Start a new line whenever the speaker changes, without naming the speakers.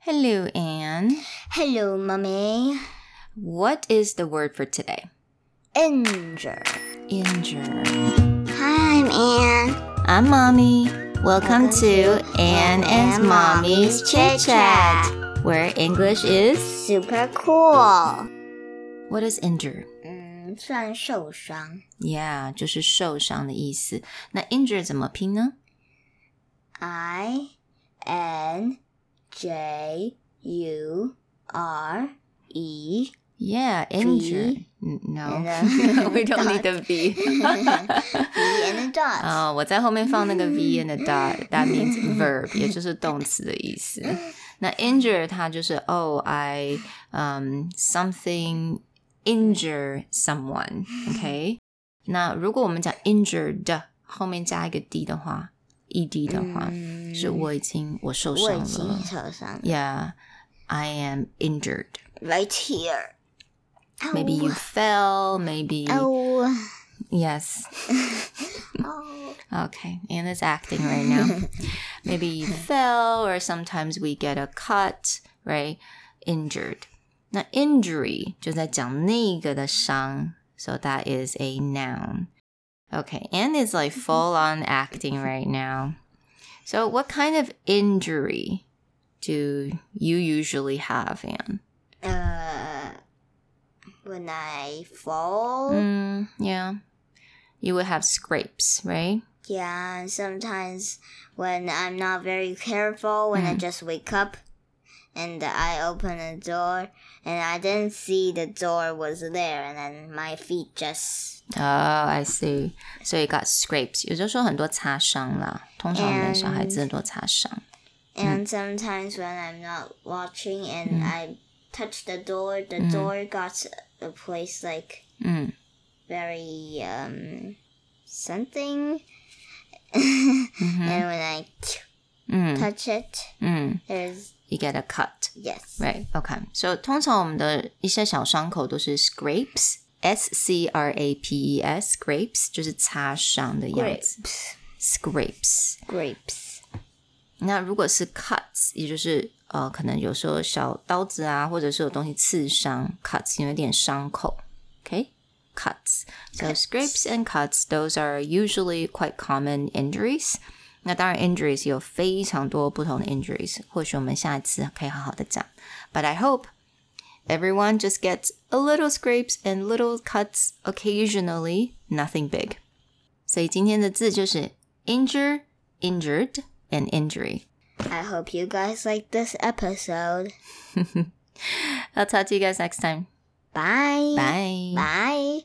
Hello, Anne.
Hello, Mummy.
What is the word for today?
Injure.
Injure.
Hi, I'm Anne.
I'm Mommy. Welcome, to Anne and
and
Mommy's
Mommy's
Chit
Chit
Chat, where English is.
Super cool.
What is injure?
嗯，算受伤
Yeah，就是受伤的意思。那 injure 怎么拼呢？
I N J U R E。
Yeah, injure.
V.
N- No,
And then-
we don't need the V.
V and a dot.
啊、我在后面放那个 V and the dot, that means verb，也就是动词的意思。那 injure 它就是 oh I um something injure someone，OK？、那如果我们讲 injured 后面加一个 d 的话，ed 的话，
嗯
是我已经我受
我
伤
已经
了
受伤了。
，Yeah，I am injured。
Right here.
Maybe you fell, maybe
Oh.
yes.
Oh.
Okay, Anna's acting right now. Maybe you fell, or sometimes we get a cut, right? Injured. 那 injury 就在讲那个的伤，so that is a noun. Okay, Anne is like full on acting right now. So, what kind of injury do you usually have, Anne?
Uh. When I fall.
Mm, yeah, you would have scrapes, right?
Yeah, and sometimes when I'm not very careful, when I just wake up and I open the door and I didn't see the door was there, and then my feet just.
Oh, I see. So you got scrapes. 有的时候很多擦伤啦，通常我们
And-
小孩子很多擦伤。
And sometimes when I'm not watching and I touch the door, the door got a place like
嗯
very um something. And when I
嗯
touch it,
嗯
there's
，you get a cut,
yes.
right? OK. So 通常我们的一些小伤口都是 scrapes, s c r a p e s, scrapes 就是擦伤的样子。Scrapes.
Grapes.
那如果是 cuts，也就是呃，可能有时候小刀子啊，或者是有东西刺伤，cuts 有一点伤口，OK。Cuts. So scrapes and cuts, those are usually quite common injuries. 那当然，injuries 有非常多不同的 injuries，或许我们下一次可以好好的讲。But I hope everyone just gets a little scrapes and little cuts occasionally, nothing big. 所以今天的字就是 injure, injured, and injury.
I hope you guys like this episode.
I'll talk to you guys next time.
Bye.
Bye.
Bye.